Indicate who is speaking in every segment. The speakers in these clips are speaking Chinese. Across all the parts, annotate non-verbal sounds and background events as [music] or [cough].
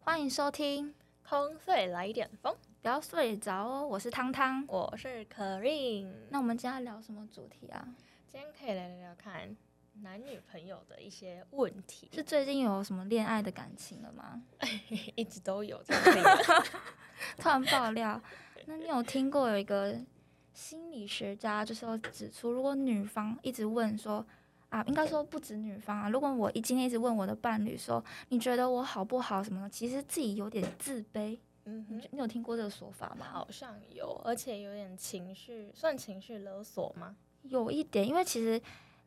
Speaker 1: 欢迎收听，
Speaker 2: 空碎来一点风。
Speaker 1: 不要睡着哦，我是汤汤。
Speaker 2: 我是可令，
Speaker 1: 那我们今天要聊什么主题啊？
Speaker 2: 今天可以来聊聊看男女朋友的一些问题，
Speaker 1: 是最近有什么恋爱的感情了吗？
Speaker 2: 一直都有在这里。
Speaker 1: 突然爆料， [laughs] 那你有听过有一个心理学家就是有指出，如果女方一直问说啊，应该说不止女方啊，如果我一今天一直问我的伴侣说你觉得我好不好什么的，其实自己有点自卑。
Speaker 2: [laughs] 嗯
Speaker 1: 你
Speaker 2: 哼
Speaker 1: 觉，你有听过这个说法吗？
Speaker 2: 好像有，而且有点情绪，算情绪勒索吗？
Speaker 1: 有一点，因为其实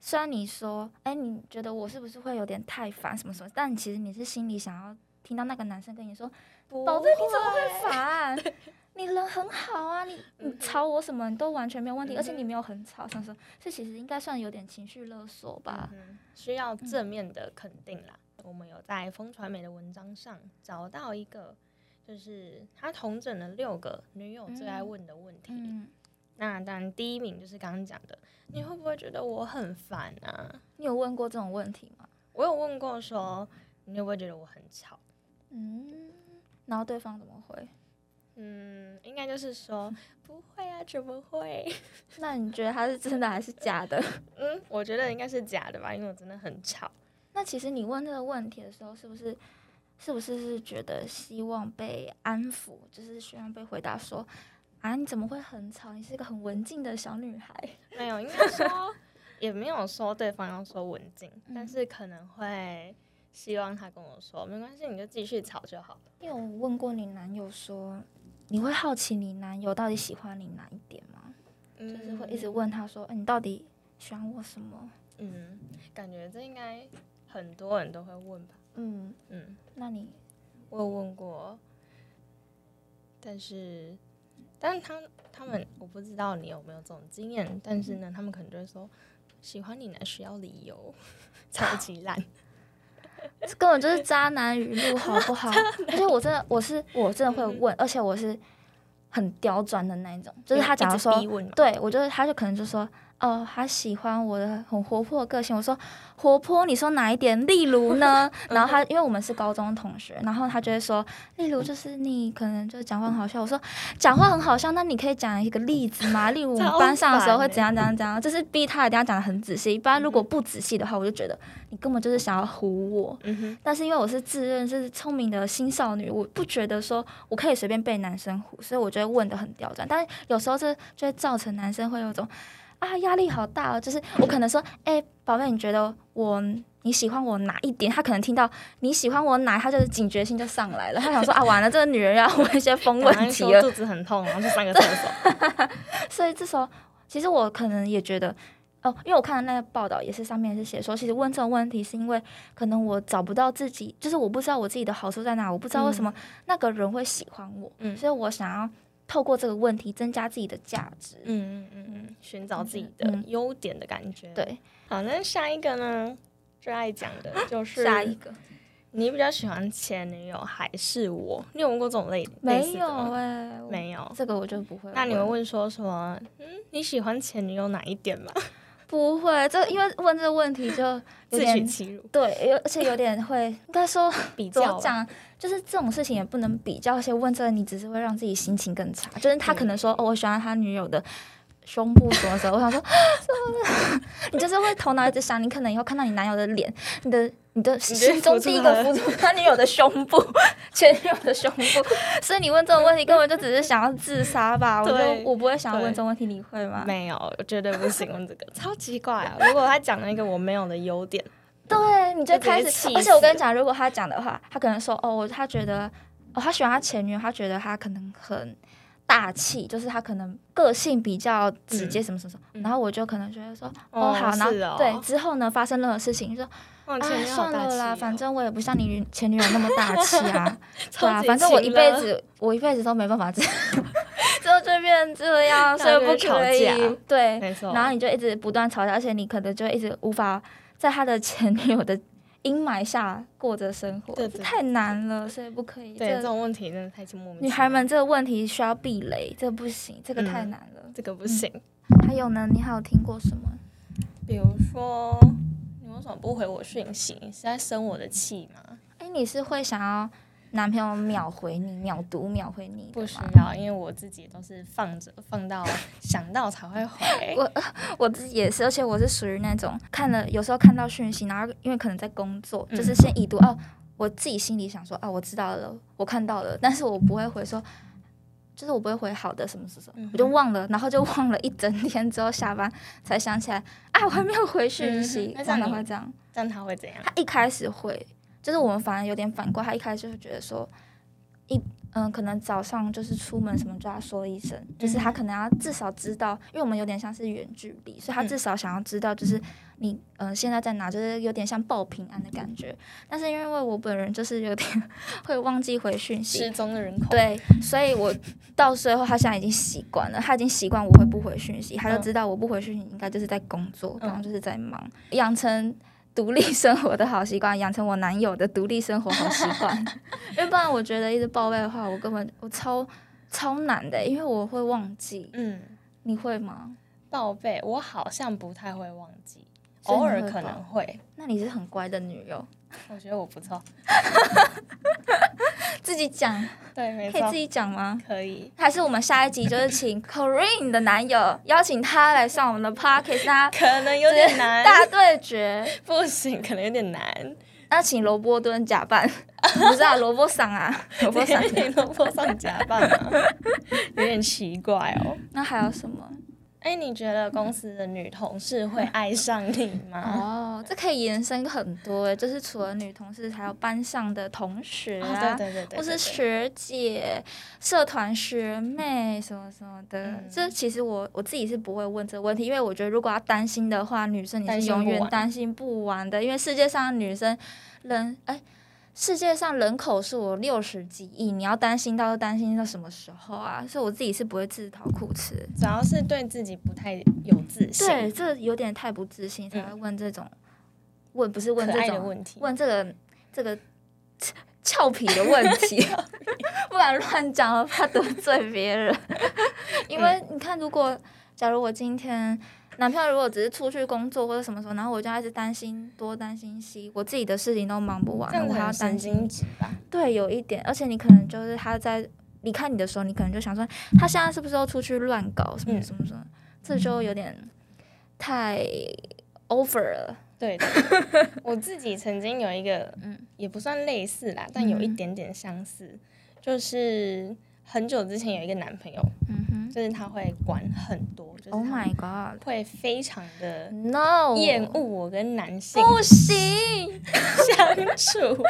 Speaker 1: 虽然你说，哎，你觉得我是不是会有点太烦什么什么，但其实你是心里想要听到那个男生跟你说，宝贝，你怎么会
Speaker 2: [laughs]
Speaker 1: 烦？你人很好啊，你你
Speaker 2: 嗯哼
Speaker 1: 吵我什么你都完全没有问题，而且
Speaker 2: 嗯哼
Speaker 1: 你没有很吵，什么什么，这其实应该算有点情绪勒索吧。
Speaker 2: 嗯哼需要正面的肯定啦。我们有在风传媒的文章上找到一个，就是他统整了六个女友最爱
Speaker 1: 嗯
Speaker 2: 问的问题。
Speaker 1: 嗯，
Speaker 2: 那当然，第一名就是刚刚讲的，你会不会觉得我很烦啊？
Speaker 1: 你有问过这种问题吗？
Speaker 2: 我有问过说，你会不会觉得我很吵？
Speaker 1: 嗯，然后对方怎么回？
Speaker 2: 嗯，应该就是 [laughs] 说不会啊，怎么会？
Speaker 1: 那你觉得他是真的还是假的？
Speaker 2: [laughs] 嗯，我觉得应该是假的吧，因为我真的很吵。
Speaker 1: 那其实你问这个问题的时候，是不是是不是是觉得希望被安抚，就是希望被回答说啊，你怎么会很吵？你是一个很文静的小女孩。
Speaker 2: 没有，应该说 [laughs] 也没有说对方要说文静，
Speaker 1: 嗯
Speaker 2: 但是可能会希望他跟我说，没关系，你就继续吵就好了。
Speaker 1: 你有问过你男友说，你会好奇你男友到底喜欢你哪一点吗？就是会一直问他说，哎、你到底喜欢我什么？
Speaker 2: 嗯，感觉这应该很多人都会问吧。
Speaker 1: 嗯，
Speaker 2: 嗯，
Speaker 1: 那你
Speaker 2: 我有问过，但是，但是他他们我不知道你有没有这种经验，但是呢，他们可能就会说喜欢你呢需要理由，超级烂。
Speaker 1: 这根本就是渣男语录，好不 [laughs] 好？而且我真的，我是我真的会问，而且我是很刁钻的那一种，就是他假如说
Speaker 2: 一直逼问嘛，
Speaker 1: 对我就是，他就可能就说，哦，他喜欢我的很活泼的个性。我说活泼，你说哪一点？例如
Speaker 2: [laughs]
Speaker 1: 呢？然后
Speaker 2: 嗯
Speaker 1: 他因为我们是高中同学，然后他就会说，例如就是你可能就讲话很好笑。我说讲话很好笑，那你可以讲一个例子吗？例如我们
Speaker 2: 超
Speaker 1: 班上的时候
Speaker 2: 烦
Speaker 1: 会
Speaker 2: 欸
Speaker 1: 怎样怎样怎样，就是逼他一定要讲的很仔细。不然如果不仔细的话，我就觉得你根本就是想要唬我。
Speaker 2: 嗯哼，
Speaker 1: 但是因为我是自认是聪明的新少女，我不觉得说我可以随便被男生唬，所以我就会问的很刁钻。但是有时候这就会造成男生会有一种啊压力好大哦，就是我可能说，哎、宝贝，你觉得我你喜欢我哪一点？他可能听到你喜欢我哪，他就是警觉性就上来了，他想说啊完了，这个女人要问一些疯
Speaker 2: 我
Speaker 1: 问
Speaker 2: 还
Speaker 1: 题
Speaker 2: 说
Speaker 1: 了。
Speaker 2: 肚子很痛，然后去上个厕所。
Speaker 1: 所以这时候，其实我可能也觉得，哦，因为我看的那个报道也是上面是写说，其实问这种问题是因为可能我找不到自己，就是我不知道我自己的好处在哪，我不知道为什么那个人会喜欢我，
Speaker 2: 嗯
Speaker 1: 所以我想要透过这个问题增加自己的价值。
Speaker 2: 嗯嗯嗯嗯，寻找自己的
Speaker 1: 嗯
Speaker 2: 优点的感觉。，
Speaker 1: 对，
Speaker 2: 好，那下一个呢？最爱讲的就是
Speaker 1: 下一个
Speaker 2: 你比较喜欢前女友还是我？你有问过这种类类
Speaker 1: 没
Speaker 2: 似
Speaker 1: 有
Speaker 2: 的吗？
Speaker 1: 哎、我
Speaker 2: 没有，
Speaker 1: 这个我就不会。
Speaker 2: 那你会？问说什么？嗯，你喜欢前女友哪一点吗？
Speaker 1: 不会，这因为问这个问题就 [laughs] 有
Speaker 2: 自取
Speaker 1: 点
Speaker 2: 其辱，
Speaker 1: 对，有而且有点会，应该说
Speaker 2: 比
Speaker 1: 怎
Speaker 2: 较
Speaker 1: 么
Speaker 2: 吧。
Speaker 1: 讲？就是这种事情也不能比较，而且问这个你只是会让自己心情更差。就是他可能说，哦，我喜欢他女友的胸部什么什么，我想说， [laughs] 啊什么你就是会头脑一直想，你可能以后看到你男友的脸，你的你的
Speaker 2: 直接
Speaker 1: 心中
Speaker 2: 浮出
Speaker 1: 第一
Speaker 2: 他
Speaker 1: 个
Speaker 2: 的
Speaker 1: 浮出他女友的胸部， [laughs] 前女友的胸部。所以你问这种问题，根本就只是想要自杀吧？我就
Speaker 2: 对
Speaker 1: 我不会想要问
Speaker 2: 对
Speaker 1: 这种问题，你会吗？
Speaker 2: 没有，我绝对不行，问这个 [laughs] 超奇怪啊！如果他讲了一个我没有的优点，
Speaker 1: 对，你就
Speaker 2: 就直接
Speaker 1: 开始
Speaker 2: 气。
Speaker 1: 而且我跟
Speaker 2: 死
Speaker 1: 你讲，如果他讲的话，他可能说哦，我他觉得哦，他喜欢他前女友，他觉得他可能很大气，就是他可能个性比较直接，什么什么什么。
Speaker 2: 嗯
Speaker 1: 然后我就可能觉得说
Speaker 2: 哦
Speaker 1: 好，然后、
Speaker 2: 是哦
Speaker 1: 对之后呢发生任何事情，就说
Speaker 2: 哦，
Speaker 1: 啊
Speaker 2: 前女友好
Speaker 1: 算
Speaker 2: 大
Speaker 1: 了
Speaker 2: 气
Speaker 1: 啦，
Speaker 2: 哦
Speaker 1: 反
Speaker 2: [laughs]
Speaker 1: 正我也不像你女前女友那么大气啊，对
Speaker 2: 超
Speaker 1: 啊，
Speaker 2: 级
Speaker 1: 反正我一
Speaker 2: 亲
Speaker 1: 辈
Speaker 2: 了
Speaker 1: 子我一辈子都没办法这样， [laughs] 之后就变成这样，所
Speaker 2: 然
Speaker 1: 以
Speaker 2: 后
Speaker 1: 不
Speaker 2: 就会
Speaker 1: 可
Speaker 2: 吵
Speaker 1: 以
Speaker 2: 架
Speaker 1: 对。
Speaker 2: 没错，
Speaker 1: 然后你就一直不断吵架，而且你可能就一直无法在他的前女友的阴霾下过着生活，
Speaker 2: 对
Speaker 1: 这
Speaker 2: 对
Speaker 1: 太难了，所以不可以。
Speaker 2: 对
Speaker 1: 这
Speaker 2: 这种问题真的太莫名其妙。
Speaker 1: 女孩们这个问题需要避雷，这不行，这个太
Speaker 2: 嗯
Speaker 1: 难了。
Speaker 2: 这个不行，
Speaker 1: 嗯还有呢，你还有听过什么？
Speaker 2: 比如说你为什么不回我讯息？是在生我的气吗？
Speaker 1: 哎，你是会想要男朋友秒回你、秒读、秒回你的
Speaker 2: 不
Speaker 1: 吗
Speaker 2: 需要，因为我自己都是放着，放到想到才会
Speaker 1: [laughs]
Speaker 2: 回。
Speaker 1: 我我自己也是，而且我是属于那种看了有时候看到讯息，然后因为可能在工作，
Speaker 2: 嗯
Speaker 1: 就是先已读哦，我自己心里想说啊，我知道了，我看到了，但是我不会回说，就是我不会回好的什么什么，
Speaker 2: 嗯哼
Speaker 1: 我就忘了，然后就忘了一整天之后下班才想起来啊，我还没有回讯息
Speaker 2: 嗯，哼那这
Speaker 1: 真
Speaker 2: 样
Speaker 1: 的
Speaker 2: 你
Speaker 1: 会这样。
Speaker 2: 这样他会怎样？
Speaker 1: 他一开始会，就是我们反而有点反过，他一开始就会觉得说，一嗯，可能早上就是出门什么就要说一声，
Speaker 2: 嗯
Speaker 1: 就是他可能要至少知道，因为我们有点像是远距离，所以他
Speaker 2: 嗯
Speaker 1: 至少想要知道就是你嗯现在在哪，就是有点像报平安的感觉。但是因为我本人就是有点 [laughs] 会忘记回讯息
Speaker 2: 失，踪的人口，
Speaker 1: 对，所以我到最后，他现在已经习惯了，他已经习惯我会不回讯息，他就
Speaker 2: 嗯
Speaker 1: 知道我不回讯息应该就是在工作，
Speaker 2: 嗯
Speaker 1: 然后就是在忙，养成独立生活的好习惯，养成我男友的独立生活好习惯， [laughs] 因为不然我觉得一直报备的话，我根本我超超难的，因为我会忘记，
Speaker 2: 嗯，
Speaker 1: 你会吗？
Speaker 2: 报备我好像不太会忘记，
Speaker 1: 所以
Speaker 2: 偶
Speaker 1: 你
Speaker 2: 尔
Speaker 1: 会
Speaker 2: 可
Speaker 1: 报
Speaker 2: 能会。
Speaker 1: 那你是很乖的女友， [laughs]
Speaker 2: 我觉得我不错，
Speaker 1: 自己讲
Speaker 2: 对，没
Speaker 1: 可以
Speaker 2: 错
Speaker 1: 自，己讲吗？
Speaker 2: 可
Speaker 1: [laughs]
Speaker 2: 以，
Speaker 1: 还是我们下一集就是请 Corinne 的男友邀请他来上我们的 Podcast，大家
Speaker 2: 可能有点难，
Speaker 1: 大对决。
Speaker 2: 不行，可能有
Speaker 1: [laughs]
Speaker 2: 点难。
Speaker 1: 那请萝卜蹲假 [laughs] 扮，不是啊，萝卜嗓啊，萝卜嗓。
Speaker 2: 你萝卜上
Speaker 1: [laughs]
Speaker 2: 夹棒啊，有点奇怪哦。
Speaker 1: 那还有什么？
Speaker 2: 哎，你觉得公司的女同事会爱上你
Speaker 1: [laughs]
Speaker 2: 吗？
Speaker 1: 哦，这可以延伸很多诶，就是除了女同事，还有班上的同学
Speaker 2: 哦
Speaker 1: 啊，
Speaker 2: 对对对对，
Speaker 1: 或是
Speaker 2: 对
Speaker 1: 学姐、社团学妹什么什么的。
Speaker 2: 嗯
Speaker 1: 这其实我我自己是不会问这个问题，因为我觉得如果要担心的话，女生你
Speaker 2: 担
Speaker 1: 是
Speaker 2: 心
Speaker 1: 永
Speaker 2: 不
Speaker 1: 远
Speaker 2: 完
Speaker 1: 担心不完的，因为世界上的女生人哎。世界上人口数有六十几亿，你要担心到担心到什么时候啊？所以我自己是不会自讨苦吃。
Speaker 2: 主要是对自己不太有自信，
Speaker 1: 对，这有点太不自信，才
Speaker 2: 嗯
Speaker 1: 会问这种、问不是问
Speaker 2: 可
Speaker 1: 这
Speaker 2: 爱的
Speaker 1: 种
Speaker 2: 问题。
Speaker 1: 问这个这个俏俏皮的问题， [laughs] 不敢乱讲了，怕得罪别人。 [laughs] 因
Speaker 2: 嗯
Speaker 1: 为你看，如果假如我今天男朋友如果只是出去工作或者什么时候，然后我就要一直担心东担心西，我自己的事情都忙不完
Speaker 2: 这
Speaker 1: 了，我
Speaker 2: 样子
Speaker 1: 还要
Speaker 2: 很
Speaker 1: 担
Speaker 2: 神
Speaker 1: 心
Speaker 2: 经质吧？
Speaker 1: 对，有一点，而且你可能就是他在离开你的时候，你可能就想说，他现在是不是又出去乱搞什么
Speaker 2: 嗯
Speaker 1: 什么什么，这就有点太 over 了。
Speaker 2: 对
Speaker 1: [laughs]
Speaker 2: 的，我自己曾经有一个，嗯
Speaker 1: 嗯，
Speaker 2: 也不算类似啦，但有一
Speaker 1: 嗯
Speaker 2: 点点相似，就是很久之前有一个男朋友，
Speaker 1: 嗯哼
Speaker 2: 就是他会管很多，就是
Speaker 1: ，Oh
Speaker 2: 他
Speaker 1: my Oh god。
Speaker 2: 会非常的
Speaker 1: No，
Speaker 2: 厌恶我跟男性
Speaker 1: 不行。
Speaker 2: 相处，
Speaker 1: Oh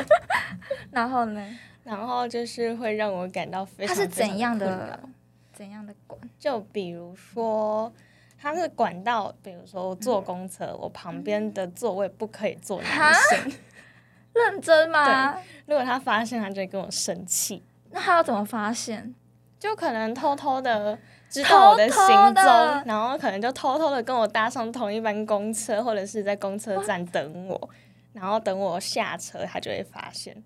Speaker 1: 然后呢？
Speaker 2: [laughs] 然后就是会让我感到非
Speaker 1: 他
Speaker 2: 常
Speaker 1: 是
Speaker 2: 非常
Speaker 1: 怎样
Speaker 2: 困
Speaker 1: 的
Speaker 2: 扰？
Speaker 1: 怎样的管？
Speaker 2: 就比如说。他是管到，比如说坐公车，我旁边的座位不可以坐男
Speaker 1: 哈
Speaker 2: 生。
Speaker 1: 认真吗？
Speaker 2: 如果他发现，他就会跟我生气。
Speaker 1: 那他要怎么发现？
Speaker 2: 就可能偷偷的知道我的行踪，
Speaker 1: 偷偷地
Speaker 2: 然后可能就偷偷的跟我搭上同一班公车，或者是在公车站等我，然后等我下车，他就会发现。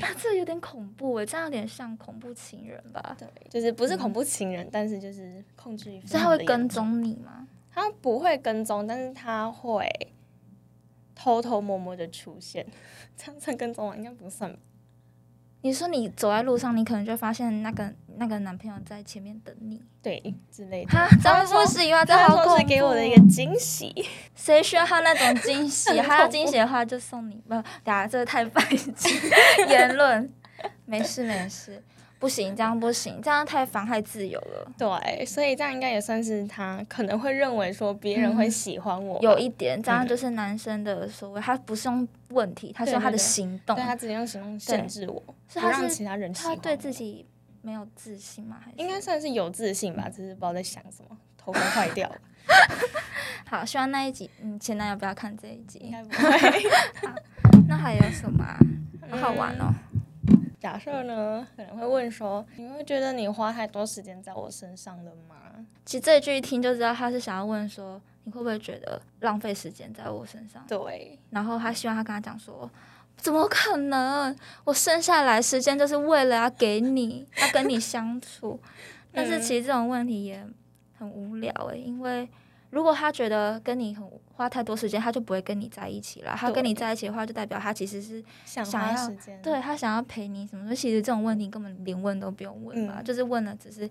Speaker 1: 啊，这有点恐怖欸诶，这样有点像恐怖情人吧？
Speaker 2: 对，就是不是恐怖情人，但是就是控制欲。
Speaker 1: 所以他会跟，踪你吗？
Speaker 2: 他不会跟踪，但是他会偷偷摸摸的出现。 [laughs] 这样算跟踪吗？应该不算吧。
Speaker 1: 你说你走在路上，你可能就发现那个那个男朋友在前面等你，
Speaker 2: 对，之类的。
Speaker 1: 哈，这样不行啊，这
Speaker 2: 他
Speaker 1: 好恐
Speaker 2: 说
Speaker 1: 怖
Speaker 2: 是给我的一个惊喜，
Speaker 1: 谁需要他那种惊
Speaker 2: [laughs]
Speaker 1: 喜？
Speaker 2: 很
Speaker 1: 他要
Speaker 2: 恐
Speaker 1: 惊
Speaker 2: 怖
Speaker 1: 喜的话就送你，不，等下这个太白痴 [laughs] 言论，没事没事，不行，这样不行，这样太妨害自由了，
Speaker 2: 对，所以这样应该也算是他可能会认为说别人会
Speaker 1: 嗯
Speaker 2: 喜欢我吧，
Speaker 1: 有一点，这样
Speaker 2: 嗯
Speaker 1: 就是男生的所谓，他不是用问题，他是
Speaker 2: 对
Speaker 1: 用他
Speaker 2: 对
Speaker 1: 的
Speaker 2: 对
Speaker 1: 行动，
Speaker 2: 对他只用行动限制我，
Speaker 1: 所以
Speaker 2: 不
Speaker 1: 他
Speaker 2: 让
Speaker 1: 是
Speaker 2: 其他人喜
Speaker 1: 他
Speaker 2: 欢
Speaker 1: 对
Speaker 2: 我
Speaker 1: 自己没有自信吗？还是
Speaker 2: 应该算是有自信吧，只是不知道在想什么，头发坏掉了，
Speaker 1: 好，希望那一集，嗯，前男友不要看这一
Speaker 2: 应
Speaker 1: 集。
Speaker 2: 该不会。
Speaker 1: 那还有什么、啊？
Speaker 2: 嗯
Speaker 1: 好好玩哦。
Speaker 2: [laughs] 假设呢，可能会问说，你会觉得你花太多时间在我身上了吗？
Speaker 1: 其实这一句一听就知道他是想要问说，你会不会觉得浪费时间在我身上？
Speaker 2: 对，
Speaker 1: 然后他希望他跟他讲说，怎么可能？我生下来时间就是为了要给你，要欸跟你相处。但是其实这种问题也很无聊诶、因为如果他觉得跟你很花太多时间，他就不会跟你在一起了。他跟你
Speaker 2: 对
Speaker 1: 在一起的话，就代表他其实是
Speaker 2: 想
Speaker 1: 想
Speaker 2: 花
Speaker 1: 要
Speaker 2: 时间，
Speaker 1: 对他想要陪你什么的，其实这种问题根本连问都不用问吧，
Speaker 2: 嗯
Speaker 1: 就是问了只是。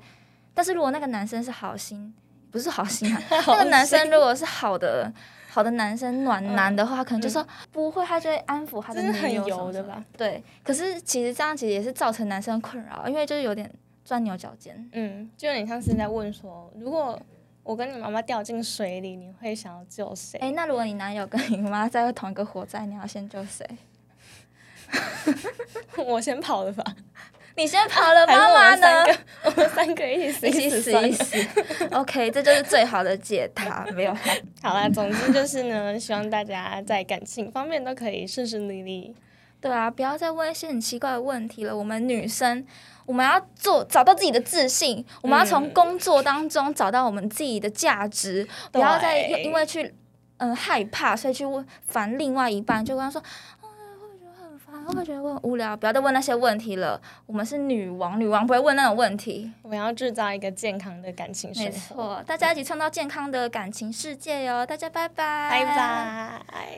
Speaker 1: 但是如果那个男生是好心，不是好心
Speaker 2: [laughs]
Speaker 1: 啊，
Speaker 2: 那
Speaker 1: 那个男生如果是好的好的男生暖男的话，他可能就说、不会，他就会安抚他的
Speaker 2: 嗯真的很
Speaker 1: 女友什
Speaker 2: 油
Speaker 1: 么
Speaker 2: 的
Speaker 1: 什么
Speaker 2: 吧？
Speaker 1: 对，可是其实这样其实也是造成男生困扰，因为就是有点钻牛角尖。
Speaker 2: 嗯，就有点像是在问说，如果我跟你妈妈掉进水里，你会想要救谁？
Speaker 1: 哎、那如果你男友跟你妈在同一个火灾，你要先救谁？
Speaker 2: [laughs] 我先跑了吧，
Speaker 1: 你
Speaker 2: [laughs]
Speaker 1: 先跑了，
Speaker 2: 还是
Speaker 1: 妈
Speaker 2: 我
Speaker 1: 妈
Speaker 2: 们三
Speaker 1: 呢？
Speaker 2: 个， [laughs] 我们三个一起死
Speaker 1: 一起
Speaker 2: 死
Speaker 1: 死
Speaker 2: 算
Speaker 1: 一
Speaker 2: 了
Speaker 1: 死。OK，这就是最好的解答，没有啦。
Speaker 2: 好啦，总之就是呢，希望大家在感情方面都可以顺顺利利。
Speaker 1: 对啊，不要再问一些很奇怪的问题了。我们女生，我们要做找到自己的自信，我们要从
Speaker 2: 嗯
Speaker 1: 工作当中找到我们自己的价值，不要再
Speaker 2: 对
Speaker 1: 因为去嗯、呃害怕，所以去问烦另外一半，就跟他说。啊会不会觉得很烦会不会觉得我很无聊，不要再问那些问题了。我们是女王，女王不会问那种问题。
Speaker 2: 我们要制造一个健康的感情生
Speaker 1: 没
Speaker 2: 活。
Speaker 1: 哦错，大家一起创造健康的感情世界哟！大家拜拜，
Speaker 2: 拜。拜。